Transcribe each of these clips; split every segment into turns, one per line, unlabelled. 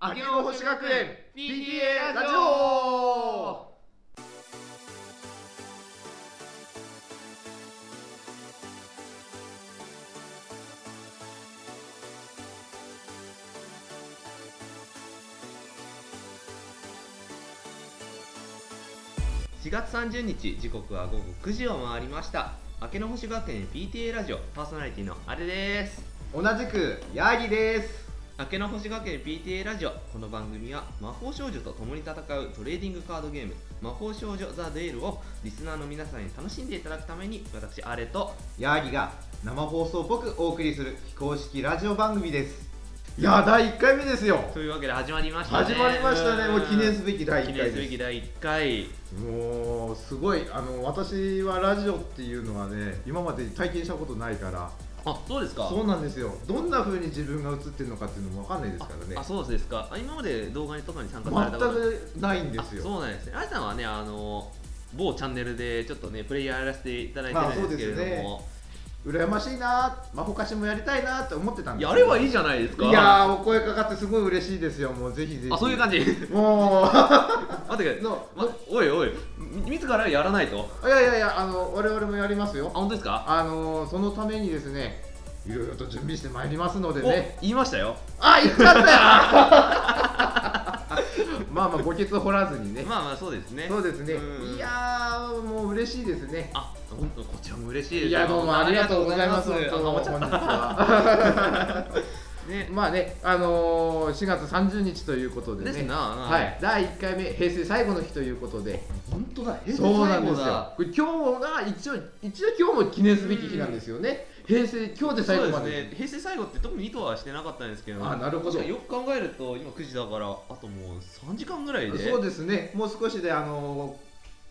秋の星学園 PTA ラジオ
4月30日時刻は午後9時を回りました明けの星学園 PTA ラジオパーソナリティのあれです
同じくヤギです
明けの星学園 PTA ラジオこの番組は魔法少女と共に戦うトレーディングカードゲーム魔法少女ザ・デールをリスナーの皆さんに楽しんでいただくために私あれと
ヤギが生放送っぽくお送りする非公式ラジオ番組ですいや第1回目ですよ
というわけで始まりましたね
始まりましたねもう記念す
べ
べき第
記
1
念
回
すべき
で
第1回
すもうすごいあの私はラジオっていうのはね今まで体験したことないから
あそうですか
そうなんですよどんな風に自分が映ってるのかっていうのも分かんないですからね
あそうですかあ今まで動画にとかに参加された
全
こと
くないんです
あ
よ
そうなんですね。あやさんはね、あの某チャンネルでちょっとね、プレイヤーやらせていただいてるんですけれど
まあ
も、
羨ましいな魔法かしもやりたいなって思ってたんです
やればいい
じ
じゃないですか。
いやーお声かかってすごい嬉しいですよもうぜひぜひ
あそういう感じ。待
も
ってくれ
う。の、
ま、おいおい、み自らやらないと。
いやいやいやあの我々もやります
あ
よ
本当ですか。
あのそのためにですねいろいろと準備してまいりますので
お
ね
言いましたよ。
あ行っちゃったよまあまあ墓穴を掘らずにね、
まあまあそうですね。
そうですね
うん
いやーもう嬉しいですね
あ本当こちらも嬉しいです。
いやどうもありがとうございます。
あ
本
りがとうございますあハマっちゃっ
当
たね。
まあね、あのー、4月30日ということでね。
ですな。
は、。
はい
第1回目平成最後の日ということで、
本当だ。平成
そうな
最
ん
後
ですよ
だ。
これ今日が一応一応今日も記念すべき日なんですよね。平成今日で最後
そうで
ますで。
ね、平成最後って特に意図はしてなかったんですけど
あなるほど
確かによく考えると今9時だからあともう3時間ぐらいで
そうですね。もう少しであのー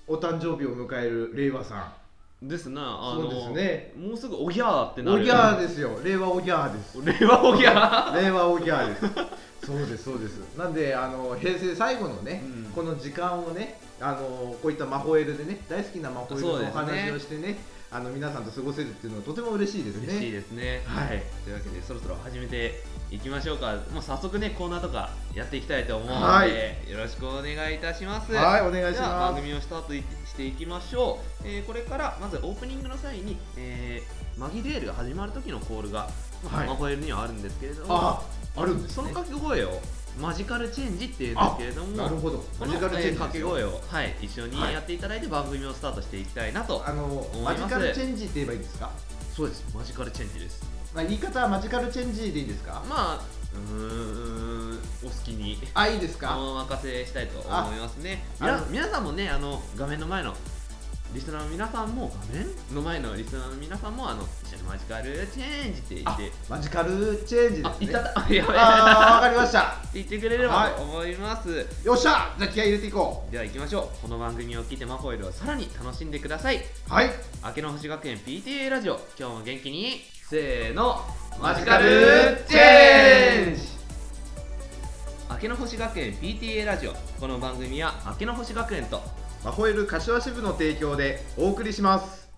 お誕生日を迎える令和さ
ですなあの
そうで
もうすぐおぎゃーって
ん。
な
お
る
ぎゃーですよ。令和おぎゃーです。
令和おぎゃ
令和オギャーです。そうですそうです。なんであの平成最後のね、
うん
この時間をね、あのこういった魔法エルでね、大好きな魔法エルのお
そうですね
話をしてね、あの皆さんと過ごせるっていうのはとても嬉しいですね。
ー嬉しいですね
はい。
というわけでそろそろ始めていきましょうかもう早速ねコーナーとかやっていきたいと思うので、
はい
よろしくお願いいたします
はいお願いし
では
ま
番
す。
組をスタートいしていきましょう、えーこれからまずオープニングの際に、えーマギデールが始まる時のコールが、まあ
はい
マホエルにはあるんですけれども
あ、あるんです
その
ね。
掛け声をマジカルチェンジっていうんですけれども
なるほど。
このえー掛け
ですよ
声を、はい、一緒に
はい
やっていただいて番組をスタートしていきたいなと、
あの
いま
マ
す
ジカルチェンジって言えばいいんですか？
そうですマジカルチェンジです
まあ言い方はマジカルチェンジでいいんですか？
まあうーんお好きに
あ、いいですか？
お任せしたいと思いますね
あ
皆
あの
皆さんもねあの画面の前のリスナーの皆さんも画面の前のリスナーの皆さんもあの一緒にマジカルチェンジって言
あ
って、
マジカルチェンジ
あ
で、
い
すね。
ただ、あやばい
あー、わかりました。
って言ってくれればと思います、
よっしゃ、じゃあ気合い入れていこ。
では行きましょうこの番組を聞いてマホイルをさらに楽しんでくださいう
はい。
明けの星学園 PTA ラジオ今日も元気にせーの
マジカルチェンジ
明けの星学園 PTA ラジオこの番組は明けの星学園と
マホエル柏支部の提供でお送りします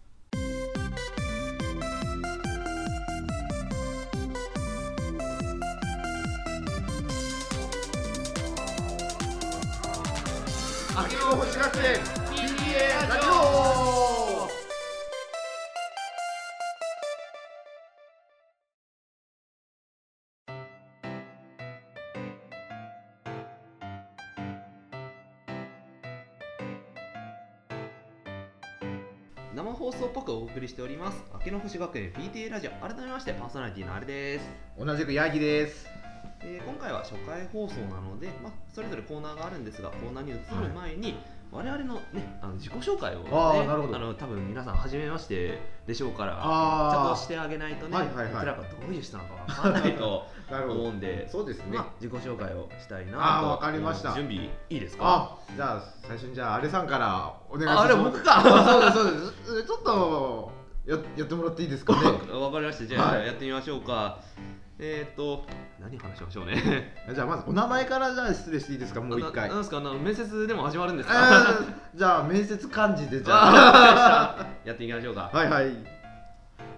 秋の星学園 PTA ラジオ
生放送っぽくお送りしております明けの星学園 PTA ラジオ改めましてパーソナリティのあれです、
同じくヤギです
えー今回は初回放送なので、まあ、それぞれコーナーがあるんですがコーナーに移る前に、我々の,、ね、あの自己紹介を、ね、
あーなるほど
あの多分皆さん初めましてでしょうからちゃん
あ
としてあげないとね、
はいはいはい
僕らがどういう人なのか分かんない と
あなるほ
思う
ど
んで、
そうですね、
まあ、自己紹介をしたいなと
あーわかりました
準備いいです
あ
か
じゃあ最初にじゃあアレさんからお願いし
あ
ます
あれ僕
あ
か
そうですそうですちょっとややってもらっていいですかね
わかりましたじゃあ、
はい
やってみましょうかえっ、ー、と何話しましょうね
じゃあまずお名前からじゃあ失礼していいですかもう一
あ
回
ななんですかあの面接でも始まるんですか、
あーじゃあ面接漢字で じゃあ
あ わかりましたやっていきましょうか
はいはいじ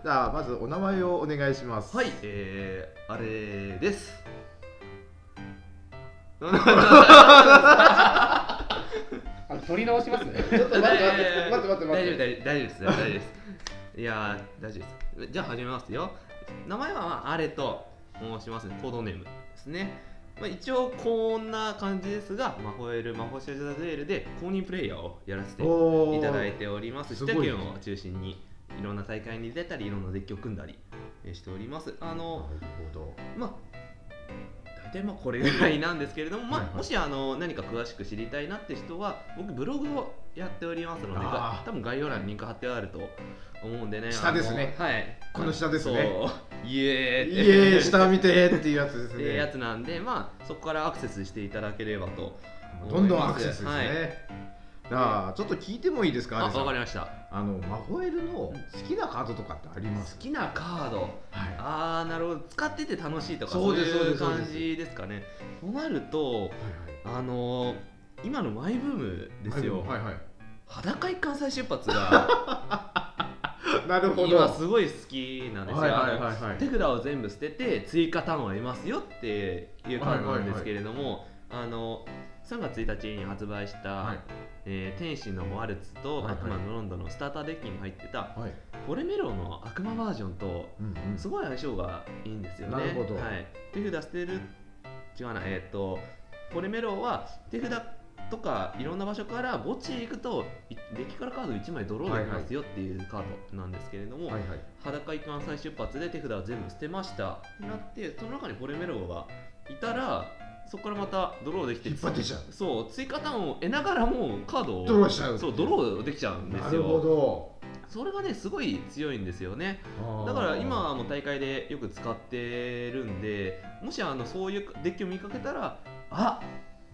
ゃあまずお名前をお願いします
はい、えー、あれです
あの取り直し ますね。
ちょっと待って待って待って待って
大丈夫大丈夫大丈夫です大丈夫ですいやー大丈夫ですじゃあ始めますよ名前は、まあ、あれと申しますねコードネームですね、まあ、一応こんな感じですがマホエルマホシェザデールで公認プレイヤーをやらせてい
おー
ただいております
す
知
ごい
多県を中心にいろんな大会に出たりいろんなデッキを組んだりえーしておりますあの、
なるほど
まあ大体まあこれぐらいなんですけれども、まあ
はいはい
もしあの何か詳しく知りたいなって人は僕ブログをやっておりますので
あー
多分概要欄にリンク貼ってあると思うんでね
下ですね
あのはい
この下ですね
そうイエーイ
いえ下見てっていうやつです
ってや
ね
つなんでまあそこからアクセスしていただければと
どんどんアクセスですね、
はい
じゃあちょっと聞いてもいいですか
あ
アリさん
わかりました
あのマホエルの好きなカードとかってあります
好きなカード
はい
ああなるほど使ってて楽しいとか
そ
そうう
です
い
そうで
う
すそうで
感
す
じですかねとなるとあのー今のマイブームですよ、
はいはい
裸一貫再出 発が
なるほど
今すごい好きなんですよ、
はいはいはいはい
手札を全部捨てて追加ターンを得ますよっていうカードなんですけれども、あの3月1日に発売した、
はい
えー天使のワルツと、
はいはい
悪魔のロンドンのスターターデッキに入ってた
はい
フォレメロの悪魔バージョンと
うんうん
すごい相性がいいんですよね。
なるほど
はい、手札捨てる違うなえっ、とポレメロは手札とかいろんな場所から墓地へ行くといデッキからカード1枚ドローできますよっていうカードなんですけれども、
はいはい
裸一貫再出発で手札を全部捨てましたってなってその中にポレメロがいたらそこからまたドローできて
引っ張ってきちゃう
そう追加ターンを得ながらもカードを
ドローしちゃう
そうドローできちゃうんです
な
よ
るほ
それがねすごい強いんですよね
ど
だから今も大会でよく使ってるんでもしあのそういうデッキを見かけたらあ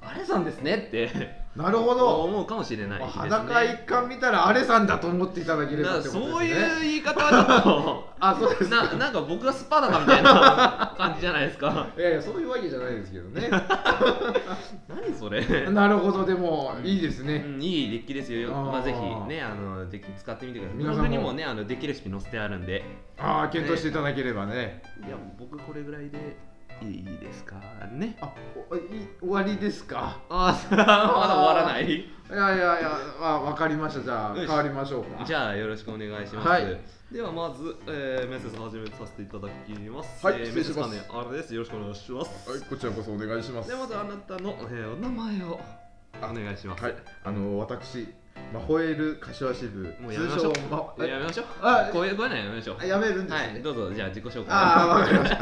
アレさんですねって
なるほど
思うかもしれない
まあ
ですね
裸一貫見たらアレさんだと思っていただけれ
だか
ば
ら
ってことですね
そういう言い方だと
あそうです
ななんか僕がスパだかみたいな感じじゃないですか
いやいやそういうわけじゃないですけどね
何それ
なるほどでもいいです
う
ね
んいいデッキですよ、
あー
まあ、ぜひねあのデッキ使ってみてください
皆さん
僕
も
にもねあのデッキレシピ載せてあるんで
ああ検討していただければね
いや僕これぐらいでいいですかね
あおい終わりですか
あー まだ終わらない
いやいやいや、あ、わかりました。じゃあ、
よし
変わりましょうか。
じゃあよろしくお願いします。
はい
ではまず、えー、面接始めさせていただきます。
はい
えー
失礼します
面接官のあれです。よろしくお願いします。
はい、こちらこそお願いします。
ではまずあなたの、えー、お名前をお願いします。
はい、あの、私、マホエル柏支部、
もうやめ
通
ましょ
称
う、
ま、
やめましょう。
あ
こういうこういうのはやめましょう。
あやめるんです
は
ね
い、。どうぞじゃあ自己紹介。
ああ、わかりました。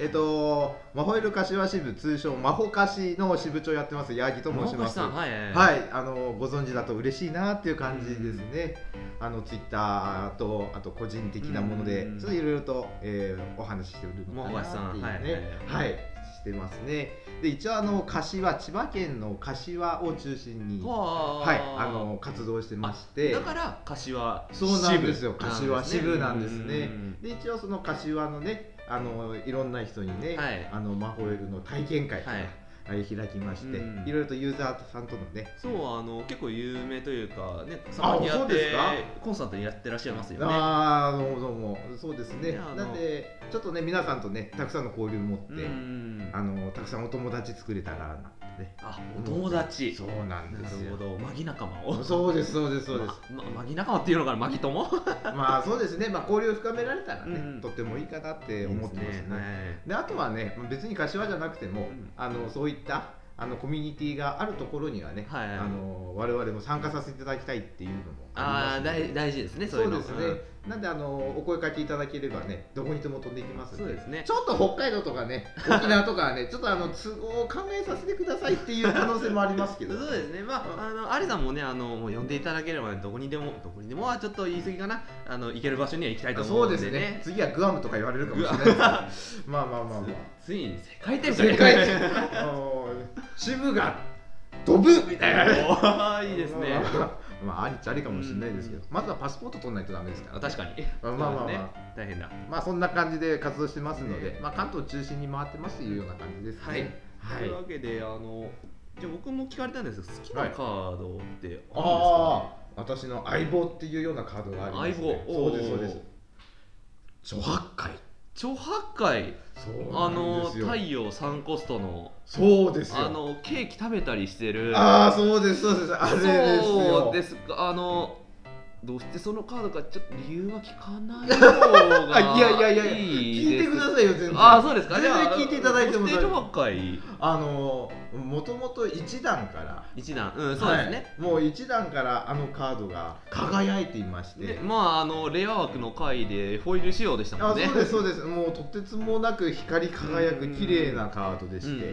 えっと、マホエル柏支部、通称マホカシの支部長やってます、八木と申します。
さん、はい、
はい、あのご存知だと嬉しいなっていう感じですね。あのツイッターとあと個人的なもので、
うん
ちょっといろいろと、えーお話ししてるのかなっていう
もうおばさん
ね、はい、してますね。で一応あの柏千葉県の柏を中心に、は、
はい
あの活動してまして
だ、から柏支部
そうなんですよ柏支部
な
なんん
で
ですす
ね
ね
うん
で一応その柏のね、あのいろんな人にね、
はい
あのマホエルの体験会とか、
はい
はい、開きまして、
うん
いろいろとユーザーさんとのね。
そうあの結構有名というかね、た
あ
まにや
そ
っ
う
て
ですか
コンスタントにやってらっしゃいますよね。
ああどうもどうもそうですね
ねあの
なんでちょっとね皆さんとねたくさんの交流持って、
うん
あのたくさんお友達作れたらなってね
あお友達
そうなんで
な
す
るほ
よ
どマギ仲間を
そうですそうですそう です
ま、まマギ仲間っていうのかなマギ友
まあそうですねまあ交流深められたらね、
うん
とってもいいかなって思ってますね
いいですね
であとはね別に柏じゃなくても、
うん
あのそういったあのコミュニティがあるところにはね、
はい
あの我々も参加させていただきたいっていうのも
あ
あ
ー
りますね
大大事ですねそうい
そうう
の
ですね、なんであのお声かけいただければねどこにでも飛んでいきます
うんんそうですね
ちょっと北海道とかね沖縄とかはね ちょっとあの都合を考えさせてくださいっていう可能性もありますけ
そ
ど
うですね、まあ、あの、アリさんもね、あの、もう呼んでいただければ、どこにでも、どこにでもはちょっと言い過ぎかな。あの、行ける場所には行きたいと
あ
思
そううん
で
で
ね。
すね次はグアムとか言われるかもしれないですけどまあまあまあま
ついに世界大
あ
会。
世界一 あの支部が飛ぶみた いな
おーいいですね。
まあありっちゃありかもしれないですけど
う
まずはパスポート取らないとダメですから
あ
ね
確かに。
まあまあまあまあ
そうですね大変だ。
まあそんな感じで活動してますので
ね
まあ関東中心に回ってますというような感じです
はい
ねは
とい
いう
わけで、あの、じゃあ僕も聞かれたんですけど、好きなカードってあるんですか、
ああ私の相棒っていうようなカードがあります、
相棒
そうですそうです諸
お
八戒
超破壊
そうな
あ
ん
の
ですよ
太陽サンコストの
そうですよ
あのケーキ食べたりしてる
ああそうですそうですあれです
そ
よ
うですかあのどうしてそのカードかちょっと理由は聞かない方が
あいやいやいや
いい
聞いてくださいよ全然
ああそうですか
全然聞いていただいても
大丈夫破壊
あのもともと1段から
一段うんそうですね、
はいもう1段からあのカードが輝いていまして
でまああのレア枠の回でフォイル仕様でしたも
あ
んね
そうですそうですもうとてつもなく光り輝く綺麗なカードで
うん
して、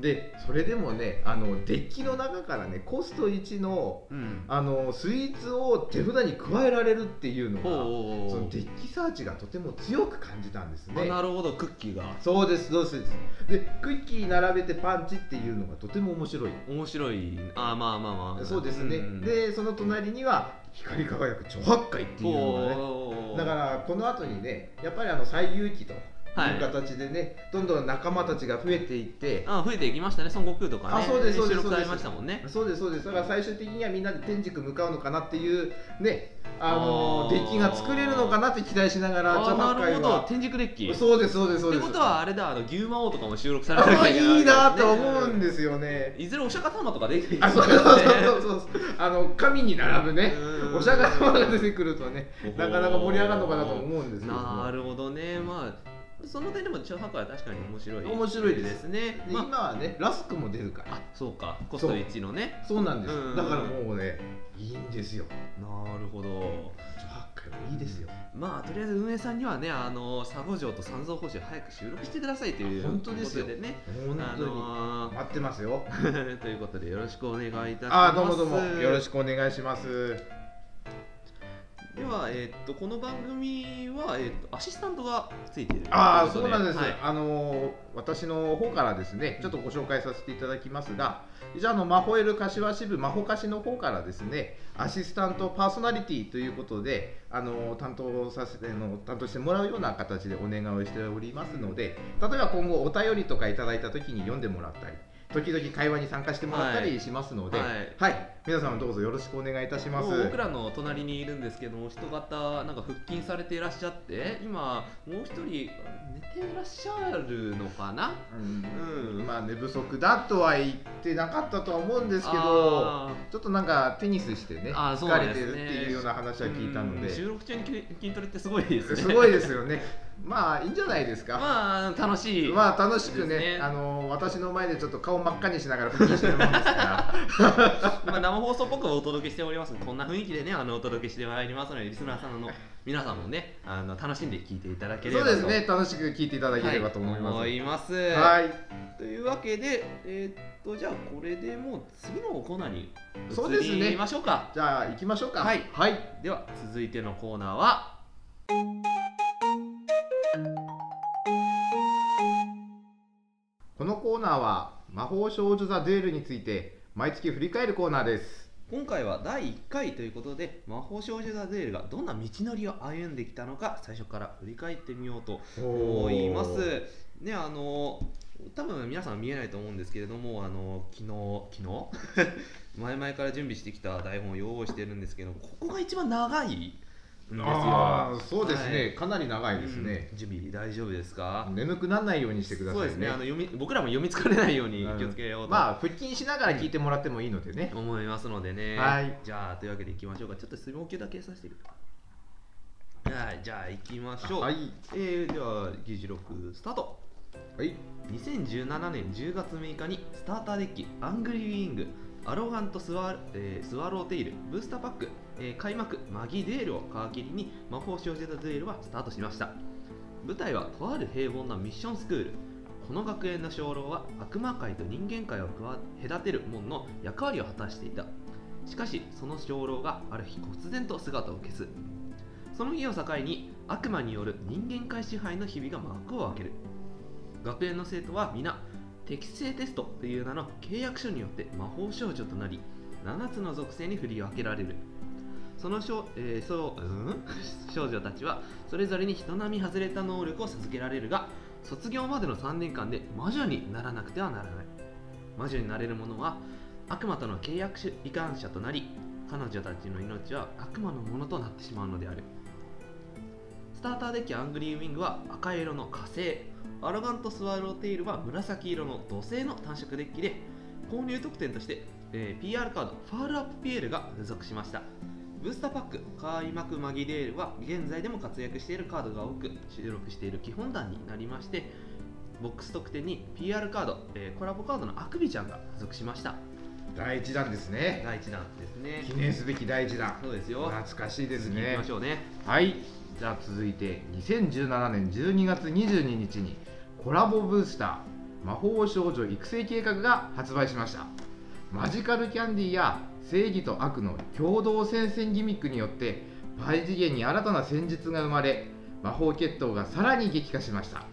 でそれでもねあのデッキの中からねコスト1の
うんうん
あのスイーツを手札に加えられるっていうの
ほう
が
ほう
そ
ほ
の
う
デッキサーチがとても強く感じたんです
あ
ね
なるほどクッキーが
そうですそうですでクッキー並べてパンチっていうのがとても面白い
面白いあーまあまあまあ
そうですね、
ん
でその隣には光り輝く超八回っていうのがね
ほう
だからこの後にねやっぱりあの最遊記という
はい
形でね、どんどん仲間たちが増えていって
あ増えていきましたね孫悟空とかね
あそうですそうです
収録され
そう
ま
で
し
す
たもんね
そうですそうですだから最終的にはみんなで天竺向かうのかなっていうねあの
あ
デ
ー
ッキが作れるのかなって期待しながら
あ
超
ー
八
なる
回
ほど
は
天竺デッキって
そうですそうですそうです
ことはあれだあの牛魔王とかも収録され
あ
た
ー
わけじゃ
いいなと思うん
で
ですよね。
いずれお釈迦様とかできてい
あ、そうそうそうそうそう。あの神に並ぶね、お釈迦様が出てくるとね、 なかなか盛り上がるのかなと思うんですけども。
なるほどねまあその点でも超破壊は確かに面白い
面白いです
ですね
で
ま
今はね、ラスクも出るか
あ
ら。
あそうかコスト1のね
そうなんです
うん。
だからもうね、いいんですよ。
なるほど
八回もいいですよ。
まあとりあえず運営さんにはねあの佐護城と三蔵法師を早く収録してくださいという
あ本当ですよ
ことでね
本
あ
当に
のー
待ってますよ。
ということでよろしくお願いいたします
あ、どうもどうもよろしくお願いします。
では、えーっとこの番組は、えーっとアシスタントがついている
ああ、
とい
そう
こ
う
と
なんです。
はい
あのー私の方からですね、ちょっとご紹介させていただきますが、じゃああのマホエル柏支部マホカシの方からですね、アシスタントパーソナリティということで、あのー担当させてあの担当してもらうような形でお願いをしておりますので、例えば今後お便りとかいただいた時に読んでもらったり、時々会話に参加してもらったりしますので、
は
はいい、皆様どうぞよろしくお願いいたしま
も
す。
う僕らの隣にいるんですけども人方なんか腹筋されていらっしゃって今もう一人寝てらっしゃるのかな
うん
うん
まあ寝不足だとは言ってなかったとは思うんですけど。
あー
ちょっとなんかテニスしてね、
あーそうな
疲
ん
れ
で
て
す
るっ
ね
ていうような話は聞いたの
うん
で、
収録中に筋 筋トレってすごいです ね
すごいですよね。まあいいんじゃないですか。
まあ楽しい、
まあ楽しく
で
ね、
すね
あの私の前でちょっと顔真っ赤にしながら復帰してるもんですから、
まあ、生放送っぽくお届けしておりますこんな雰囲気でねあのお届けしてまいりますのでリスナーさんの皆さんもねあの楽しんで聞いていただけれ
そう
ばと
ですね、楽しく聞いていただければと思います。
は
はいい、
思いますというわけでえーっとじゃあこれでもう次のコーナーに
そうですね
移りましょうか
じゃあ行きましょうか。
はい
はい、
では続いてのコーナーは
このコーナーは魔法少女ザデュエルについて毎月振り返るコーナーです。
今回は第1回ということで魔法少女ザ・デールがどんな道のりを歩んできたのか最初から振り返ってみようと思います。ねあの多分皆さん見えないと思うんですけれどもあの昨日昨日 前々から準備してきた台本を用意してるんですけどここが一番長いんですよ。
ああ、そうですね、
は
かなり長いですね
う。ん準備大丈夫ですか、
眠くならないようにしてください
そうですねあの読み僕らも読み疲れないように気をつけようと、
まあ腹筋しながら聞いてもらってもいいのでね、
思いますのでね、
はい
じゃあというわけでいきましょうかちょっと水分補給だけさせてはいじゃあいきましょう、
はい
えー、では議事録スタート
はい
2017年10月6日にスターターデッキアングリーウィングアロガントスワ,、えースワローテイルブースターパック、えー開幕マギデールを皮切りに魔法少女ザ・デュエルはスタートしました舞台はとある平凡なミッションスクールこの学園の鐘楼は悪魔界と人間界をくわ隔てる門の役割を果たしていたしかしその鐘楼がある日突然と姿を消すその日を境に悪魔による人間界支配の日々が幕を開ける学園の生徒は皆適正テストという名の契約書によって魔法少女となり7つの属性に振り分けられるその少,、えーそううん 少女たちはそれぞれに人並み外れた能力を授けられるが卒業までの3年間で魔女にならなくてはならない魔女になれる者は悪魔との契約違反者となり彼女たちの命は悪魔のものとなってしまうのであるスターターデッキアングリーウィングは赤色の火星アロガントスワローテイルは紫色の土星の単色デッキで購入特典として、えー PR カードファールアップピエールが付属しましたブースターパック開幕マギデールは現在でも活躍しているカードが多く収録している基本弾になりましてボックス特典に PR カード、えーコラボカードのアクビちゃんが付属しました
第一弾ですね
第1弾ですね
記念すべき第一弾
そうですよ
懐かしいです
次行き
ね
ましょうね
はいじゃあ続いて2017年12月22日にコラボブースター魔法少女育成計画が発売しましたマジカルキャンディーや正義と悪の共同戦線ギミックによって倍次元に新たな戦術が生まれ魔法決闘がさらに激化しました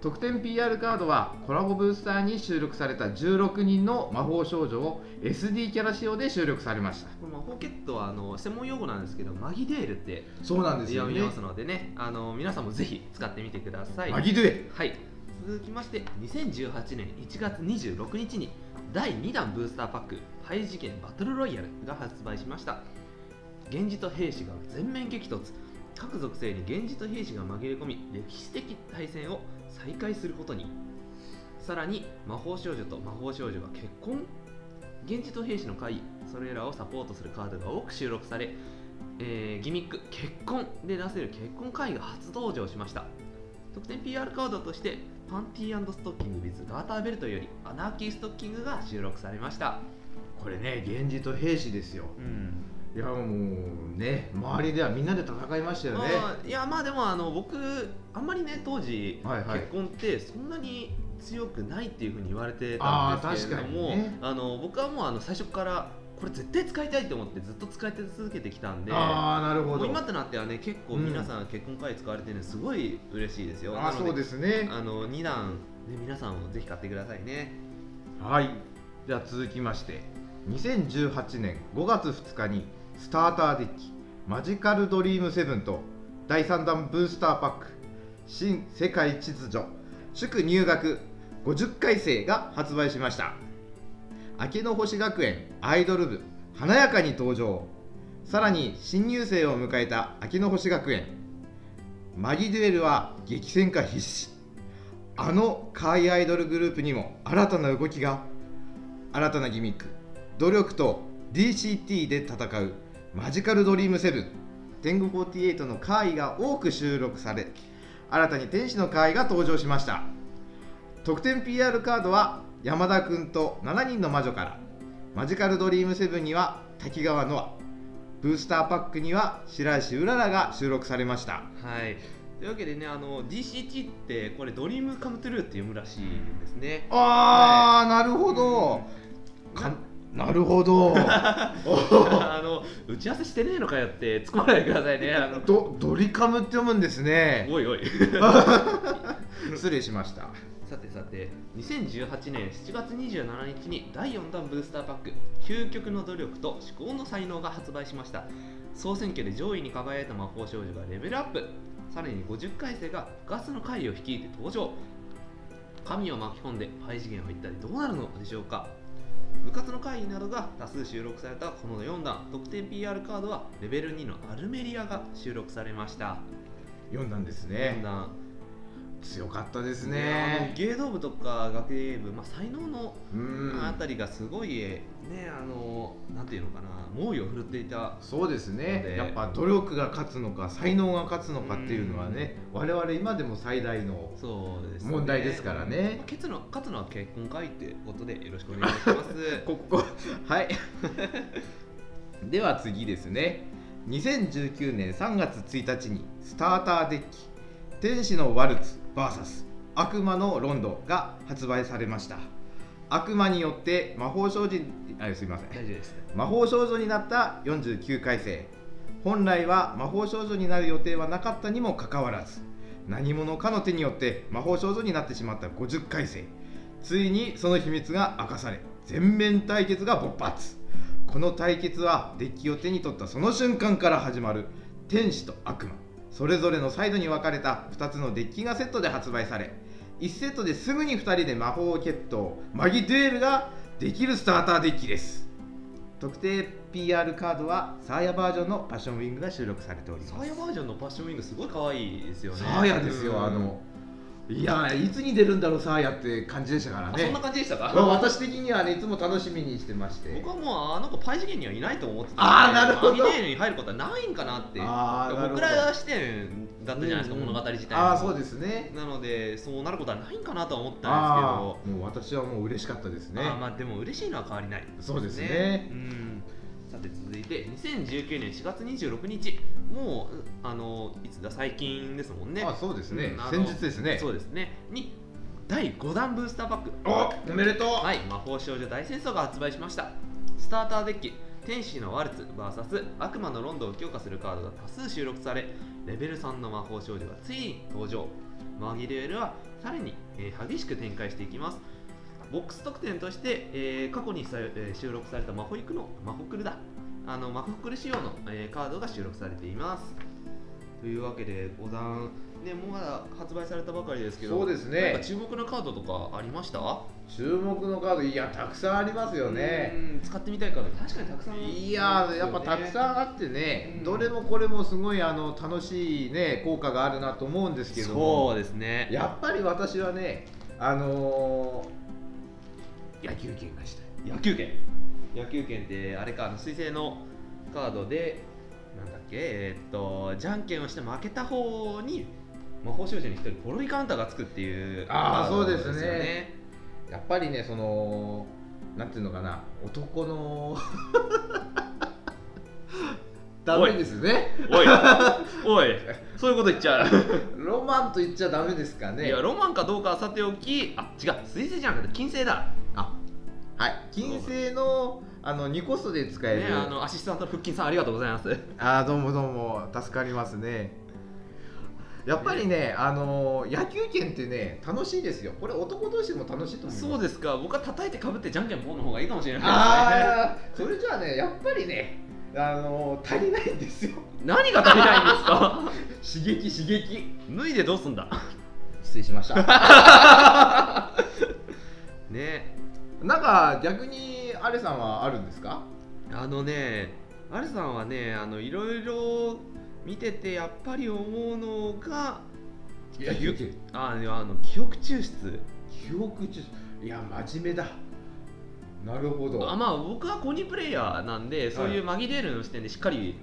特典 PR カードはコラボブースターに収録された16人の魔法少女を SD キャラ仕様で収録されました
この魔法ケットはあの専門用語なんですけどマギデールって
そうなんですよ
読
ね
みますのでねあの皆さんもぜひ使ってみてください
マギドゥエ
はい続きまして2018年1月26日に第2弾ブースターパック「ハイ次元バトルロイヤル」が発売しました源氏と兵士が全面激突各属性に源氏と兵士が紛れ込み歴史的対戦を再開することにさらに魔法少女と魔法少女が結婚源氏と兵士の会それらをサポートするカードが多く収録され、えーギミック「結婚」で出せる結婚会が初登場しました特典 PR カードとしてパンティーストッキング with ガーターベルトよりアナーキーストッキングが収録されました
これね源氏と兵士ですよ
うん
いやもうね周りではみんなで戦いましたよね
まあいやまあでもあの僕あんまりね当時、
はいはい
結婚ってそんなに強くないっていうふうに言われてたんですけれども
あー
あ、
確かにね
の僕はもうあの最初からこれ絶対使いたいと思ってずっと使い続けてきたんで
ああなるほ
も
ど
う今となってはね結構皆さん結婚会使われてるのすごい嬉しいですよ、
あ
なの
そうですね
あの2段で皆さんもぜひ買ってくださいね
はいでは続きまして2018年5月2日にスターターデッキマジカルドリームセブンと第3弾ブースターパック新世界秩序祝入学50回生が発売しました明の星学園アイドル部華やかに登場さらに新入生を迎えた明の星学園マギデュエルは激戦化必至あの海アイドルグループにも新たな動きが新たなギミック努力と DCT で戦うマジカルドリームセブン天狗48の会が多く収録され新たに天使の会が登場しました特典 PR カードは山田くんと7人の魔女からマジカルドリームセブンには滝川ノアブースターパックには白石うららが収録されました
はいというわけでねあの DCT ってこれドリームカムトゥルーって読むらしいんです ね
あー、なるほど、かなるほど
あの打ち合わせしてねえのかよって突っ込まないでくださいねあ の
どドリカムって読むんですね
おいおい
失礼しました
さてさて2018年7月27日に第4弾ブースターパック「究極の努力と思考の才能」が発売しました総選挙で上位に輝いた魔法少女がレベルアップさらに50回生がガスの会を率いて登場神を巻き込んでパイ次元は一体どうなるのでしょうか部活の会議などが多数収録されたこの4弾特典 PR カードはレベル2のアルメリアが収録されました
読んだんです
4
ね
弾
強かったです
あの
ね
芸道部とか学芸部、まあ、才能の
うん
あたりがすごい、ねあのなんていうのかな猛威を振るっていた
そうですね
で
やっぱ努力が勝つのか才能が勝つのかっていうのはね我々今でも最大の
そうですね
問題ですからね
まあ勝つの勝つのは結婚会ってことでよろしくお願いします
ここはい では次ですね2019年3月1日にスターターデッキ「天使のワルツ VS 悪魔のロンド」が発売されました悪魔によって魔法少女あすいません
大丈夫です
魔法少女になった49回生本来は魔法少女になる予定はなかったにもかかわらず何者かの手によって魔法少女になってしまった50回生ついにその秘密が明かされ全面対決が勃発この対決はデッキを手に取ったその瞬間から始まる天使と悪魔それぞれのサイドに分かれた2つのデッキがセットで発売され1セットですぐに2人で魔法決闘マギデュエルができるスターターデッキです特定 PR カードはサーヤバージョンのパッションウィングが収録されており
サ
ま
ー
す
ヤバージョンのパッションウィングすごい可愛いですよね
サーヤです
うん
よあのいやいつに出るんだろうサーヤって感じでしたから
あそん
ね
な感じでしたか
まあ私的にはねいつも楽しみにしてまして
僕はもうあの子パイ次元にはいないと思ってたんで
あーなるほど
アミネイルに入ることはないんかなって
あーなるほど
僕ら視点だったじゃないですか、
うんうん
物語自体も
ああそうですね
なのでそうなることはないんかなとは思ったん
あ
で
あもう私はもう嬉しかったです
すけど
ね
あーまあでも嬉しいのは変わりない
そうですね
うんさて続いて2019年4月26日もうあのいつだ最近ですもんね
あそうですね
うんあの
先日ですね
そうですねに第5弾ブースターパック
おおめでとう
はい、魔法少女大戦争が発売しましたスターターデッキ天使のワルツ VS 悪魔のロンドを強化するカードが多数収録されレベル3の魔法少女がついに登場マギレールはさらに、えー激しく展開していきますボックス特典として、えー過去にさ、えー収録されたマホイクのマホクルだあのマホクル仕様の、えーカードが収録されていますというわけで五段ねもうまだ発売されたばかりですけど
そうですね
なんか注目のカードとかありました
注目のカードいやたくさんありますよね
うん使ってみたいから確かにたくさん
いやーやっぱたくさ
ん
んあってね、
うん
どれもこれもすごいあの楽しいね効果があるなと思うんですけども
そうですね
やっぱり私はねあの
野球券がしたい野球券野球券ってあれかあの彗星のカードでなんだっけえーっとじゃんけんをして負けた方に魔法少女に一人ポロリカウンターがつくっていう
あー
カド
そうですね ー
よ
やっぱりねそのなんていうのかな男の ダメですね
おいおいそういうこと言っちゃう、
ロマンと言っちゃダメですかね
いやロマンかどうかはさておきあ違う彗星じゃなくて金星だ
あはい金星のあの2コストで使える、
ねあのアシスタントの腹筋さんありがとうございます
あーどうもどうも助かりますねやっぱりね、あのー野球拳ってね楽しいですよこれ男同士でも楽しいと思います
そうですか、僕は叩いてかぶってじゃんけんぽんの方がいいかもしれない
ああそれじゃあねやっぱりねあのー足りないんですよ
ですね。 何が足りないんですか
刺激刺激
脱いでどうすんだ
失礼しました
ね
なんか逆にアレさんはあるんですか
あのね、アルさんはね、あのいろいろ見ててやっぱり思うのが、野球
拳
あいやあの記憶抽出。
記憶中いや真面目だなるほど
あまあ僕は公認プレイヤーなんで、そういうマギレールの視点でしっかり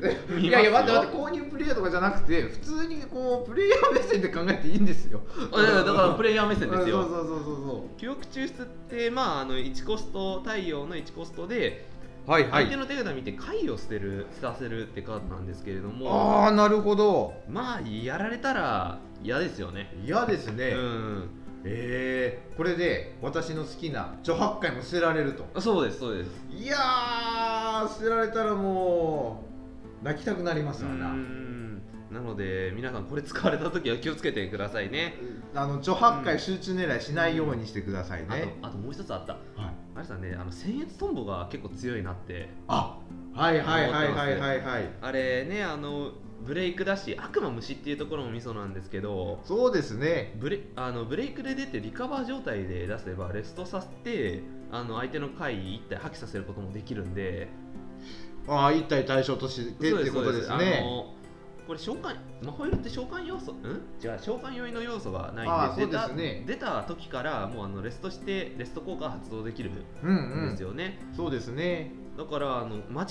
見ます よ。
いやいや待って待って公認プレイヤーとかじゃなくて普通にこうプレイヤー目線で考えていいんですよ
あいやいやだからプレイヤー目線ですよ。
うんそうそうそうそう
記憶抽出って、まあ、あの1コスト太陽の1コストで
そうはい
相手の手札見て回を捨てる捨てせるってカードなんですけれども
ああなるほど
まあやられたら嫌ですよね
嫌ですね、
うん
ええこれで私の好きな著白海も捨てられると
そうですそうです
いやー捨てられたらもう泣きたくなります
う
わな、
んなので皆さんこれ使われた時は気をつけてくださいね
あの著白海集中狙いしないようにしてください
あ
ね、
とあともう一つあった
はい、
あれさんねあの僭越トンボが結構強いなって
あはいはいはいはいはいはい
あれねあのブレイクだし悪魔虫っていうところもミソなんですけど
そうですね
ブレあのブレイクで出てリカバー状態で出せばレストさせてあの相手の回1体破棄させることもできるんで
ああ一体対象としてって
そう
ことです
あ
ね
のこれ召喚マホイルって召喚要素ん違う召喚酔いの要素が
あ
ない
あ
んで出
そ
た
うですね
出た時からもうあのレストしてレスト効果が発動できるん
うんう
で
ん
すよね、
そうですね
だからあの間違い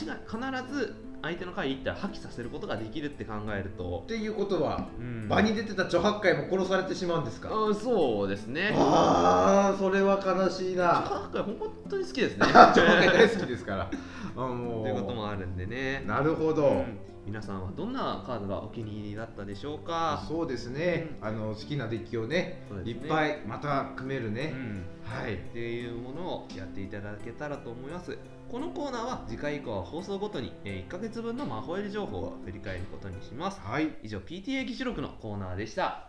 必ず相手の回1体破棄させることができるって考えると
っ、ていうことは
うん
場に出てた著白海も殺されてしまうんですか、
うんそうですね
ああそれは悲しい な
本当に好きです ね
著白海大好きですからあも
ということもあるんでね、
なるほど、
うん皆さんはどんなカードがお気に入りだったでしょうか
そうですね、あの好きなデッキをね
そう
い
で
っ
すね
ぱいまた組める
う
ね、
ん
はい
っていうものをやっていただけたらと思いますこのコーナーは次回以降は放送ごとに1ヶ月分のマホエル情報を振り返ることにします
はい
以上 PTA 議事録のコーナーでした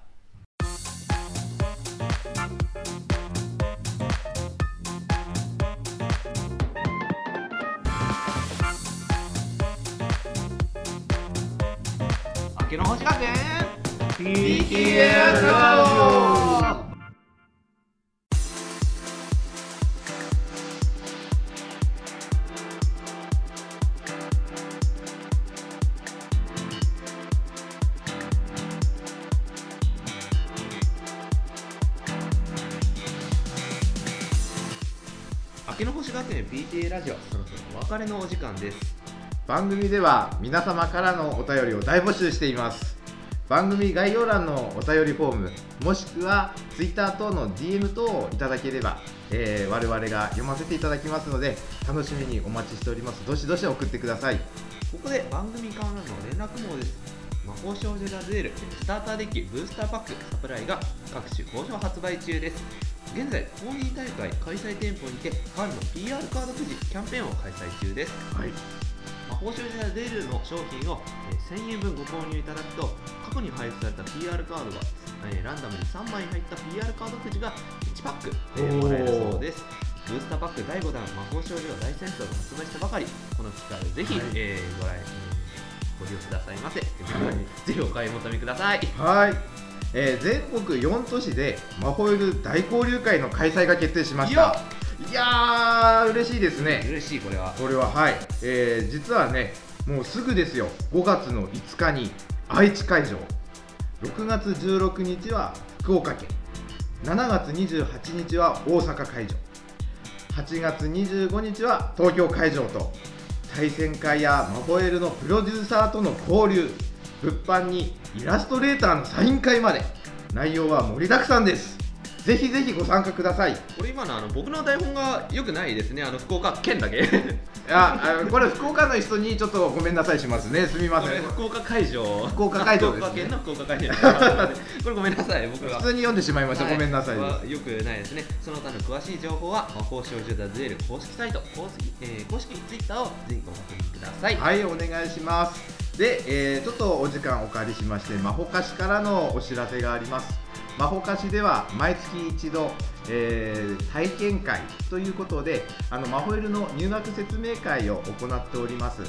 明けの星学園
PTS ラジオ
牧野星学園 BTA ラジオそろそろお別れのお時間です
番組では皆様からのお便りを大募集しています番組概要欄のお便りフォームもしくは Twitter 等の DM 等をいただければ、えー我々が読ませていただきますので楽しみにお待ちしておりますどしどし送ってください
ここで番組からの連絡網です魔法少女ラズエルスターターデッキブースターパックサプライが各種好評発売中です現在公認大会開催店舗にてファンの PR カードくじキャンペーンを開催中です
はい
魔法少女ラズエルの商品をえー1000円分ご購入いただくと過去に配布された PR カードがえーランダムに3枚入った PR カードくじが1パック、えー
おー
もらえるそうですブースターパック第5弾魔法少女大戦争が発売したばかりこの機会をぜひ、
はい
えーご来ご利用くださいませ、 ぜひお買い求めください
はい、えー全国4都市でマホイル大交流会の開催が決定しましたいやー嬉しいですね
嬉しいこれは
これははい、えー実はねもうすぐですよ5月の5日に愛知会場6月16日は福岡県7月28日は大阪会場8月25日は東京会場と対戦会やマホエルのプロデューサーとの交流物販にイラストレーターのサイン会まで内容は盛りだくさんですぜひぜひご参加ください
これ今のあの僕の台本が良くないですねあの福岡県だけ
ああのこれ福岡の人にちょっとごめんなさいしますねすみま
こ
せ
れ
ん
福岡会場
福岡会場ですね
福岡県の福岡会場 これごめんなさい僕が
普通に読んでしまいました、
はい
ごめんなさいです
はよくないですねその他の詳しい情報は魔法少女ダズエル公式サイト公式,、えー公式ツイッターをぜひご確認ください
はいお願いしますで、えーちょっとお時間お借りしましてマホカシからのお知らせがありますマホカシでは毎月一度、えー体験会ということであのマホエルの入学説明会を行っております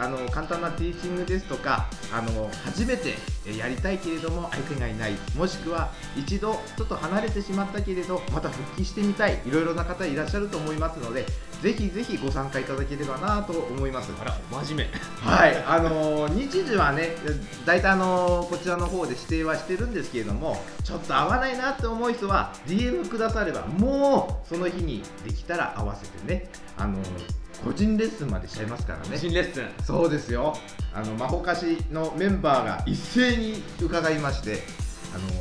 あの簡単なティーチングですとかあの初めてえやりたいけれども相手がいないもしくは一度ちょっと離れてしまったけれどまた復帰してみたいいろいろな方いらっしゃると思いますのでぜひぜひご参加いただければなと思います
あら真面目
はい、あのー日時はね、大体、あのーこちらの方で指定はしてるんですけれども、ちょっと合わないなって思う人は、DM くだされば、もうその日にできたら合わせてね、あのー個人レッスンまでしちゃいますからね。
新レッスン
そうですよ、あのマホカシのメンバーが一斉に伺いまして、あのーね、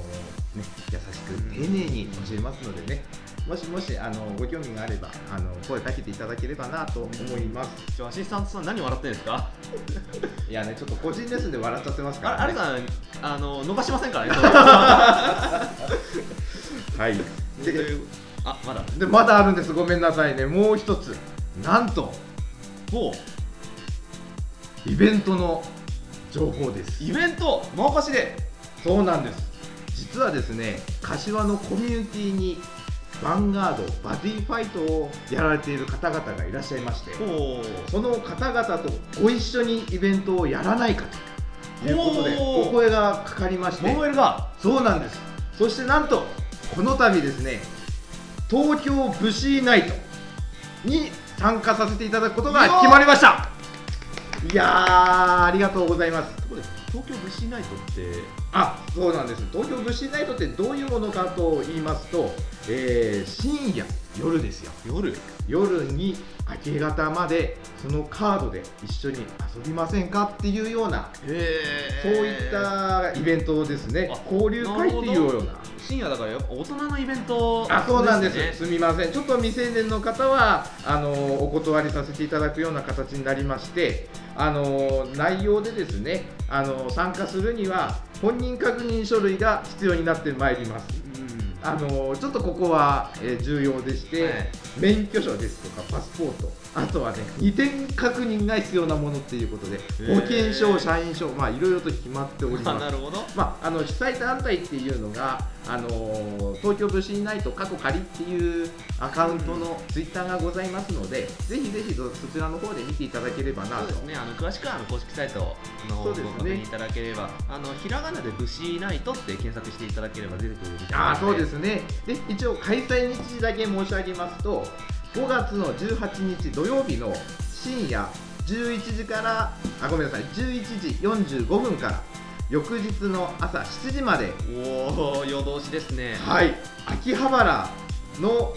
優しく丁寧に教えますのでね、もしもし、あのーご興味があれば、あのー声かけていただければなと思います。
ちょアシスタントさん何笑ってんですか
いやね、ちょっと個人レッスンで笑っちゃってますか
あ
ら、
あれ
ね。
さんあの逃しませんか らねそう
はい。
と
で、
いうあまだ
でまだあるんです。ごめんなさいね。もう一つ、なんと
もう
イベントの情報です。
イベント回かしで
そうなんです。実はですね、柏のコミュニティに。ヴァンガードバディファイトをやられている方々がいらっしゃいまして
ほ
その方々とご一緒にイベントをやらないかということで
おー
お声がかかりまし
う
て
モエルが
そうなんです。そしてなんと、この度ですね、東京ブシーナイトに参加させていただくことが決まりました。いやー、ありがとうございます。
ここで東京ブシーナイトって
あそうなんです東京ブシーナイトってどういうものかと言いますと、えー深夜夜ですよ
夜
夜に明け方までそのカードで一緒に遊びませんかっていうような
へ
そういったイベントですね
あ
交流会っていうような
深夜だからやっぱ大人のイベント
あそうなんです
ね
すみませんちょっと未成年の方はあのお断りさせていただくような形になりましてあの内容でですねあの参加するには本人確認書類が必要になってまいります
うん
あのちょっとここは、えー重要でして、
はい
免許証ですとかパスポートあとはね2点確認が必要なものっていうことで
ー
保険証社員証まあいろいろと決まっており
あ
ます
なるほど
まあ、あの主催団体っていうのが、あのー東京ブシーナイト過去仮っていうアカウントのツイッターがございますので、ぜひぜひそそちらの方で見ていただければなと
そうですねあの詳しくはあの公式サイトの方
そ
を
うです
ご
ね
確認いただければあのひらがなで「ブシーナイト」って検索していただければ出てくるみたいな
あーそうですすねで一応開催日時だけ申し上げますと5月の18日土曜日の深夜11時からあごめんなさい11時45分から翌日の朝7時まで
おお夜通しですね
はい、秋葉原の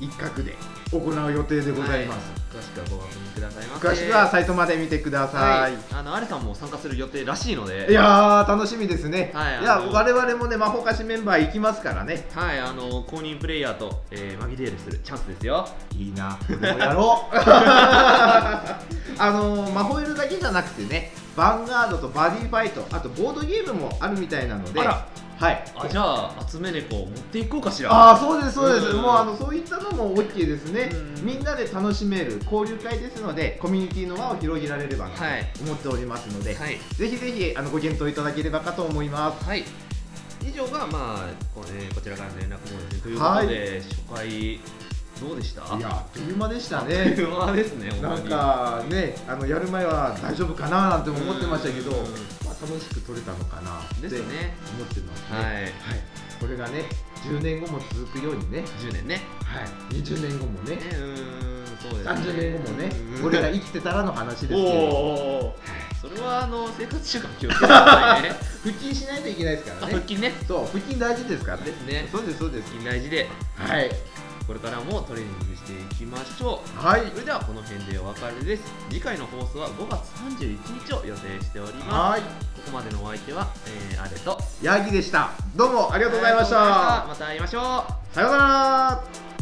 一角で行う予定でございます、
詳しくはご確認くださいませ
詳しくはサイトまで見てください、
あのアレさんも参加する予定らしいので
いやー楽しみですね、
はい
い、や
あの
我々もね魔法菓子メンバー行きますからね
はいあの公認プレイヤーと、えー、紛れるするチャンスですよ
いいなこれもやろう あのマホイルだけじゃなくてねヴァンガードとバディファイトあとボードゲームもあるみたいなので
あら
はい
あじゃあ集め猫を持っていこうかしら
ああそうですそうです
うん
もうあのそういったのも OK ですね
うん
みんなで楽しめる交流会ですのでコミュニティの輪を広げられればなと
はい
思っておりますので、
はい
ぜひぜひあのご検討いただければかと思います
はい以上がまあこ,、えーこちらからの連絡もですねということで、初回どうでした
いやあっという間でした
あ っと
ね
いう間ですね
な
本
ん
当に
かねあのやる前は大丈夫かななんて思ってましたけど、
うん
まあ、楽しく撮れたのかなって
です
思
よ
って
ね
ますね
はい、
はい、これがね10年後も続くようにね、
10年ね
はい、20年後もね
ねうーんそうですね
30年後もね
うん
俺が生きてたらの話ですけど
おおそれはあの生活習慣気をつけてくださいね
腹筋しないといけないですか
あ
らね
腹筋ね
そう腹筋大事ですからね
ですね
そうですそうです
腹筋大事で
はい
これからもトレーニングしていきましょう
はい
それではこの辺でお別れです次回の放送は5月31日を予定しておりま
は
すここまでのお相手は、えー、アレとありがとう
いヤギでしたどうもありがとうございました
また会いましょう
さようなら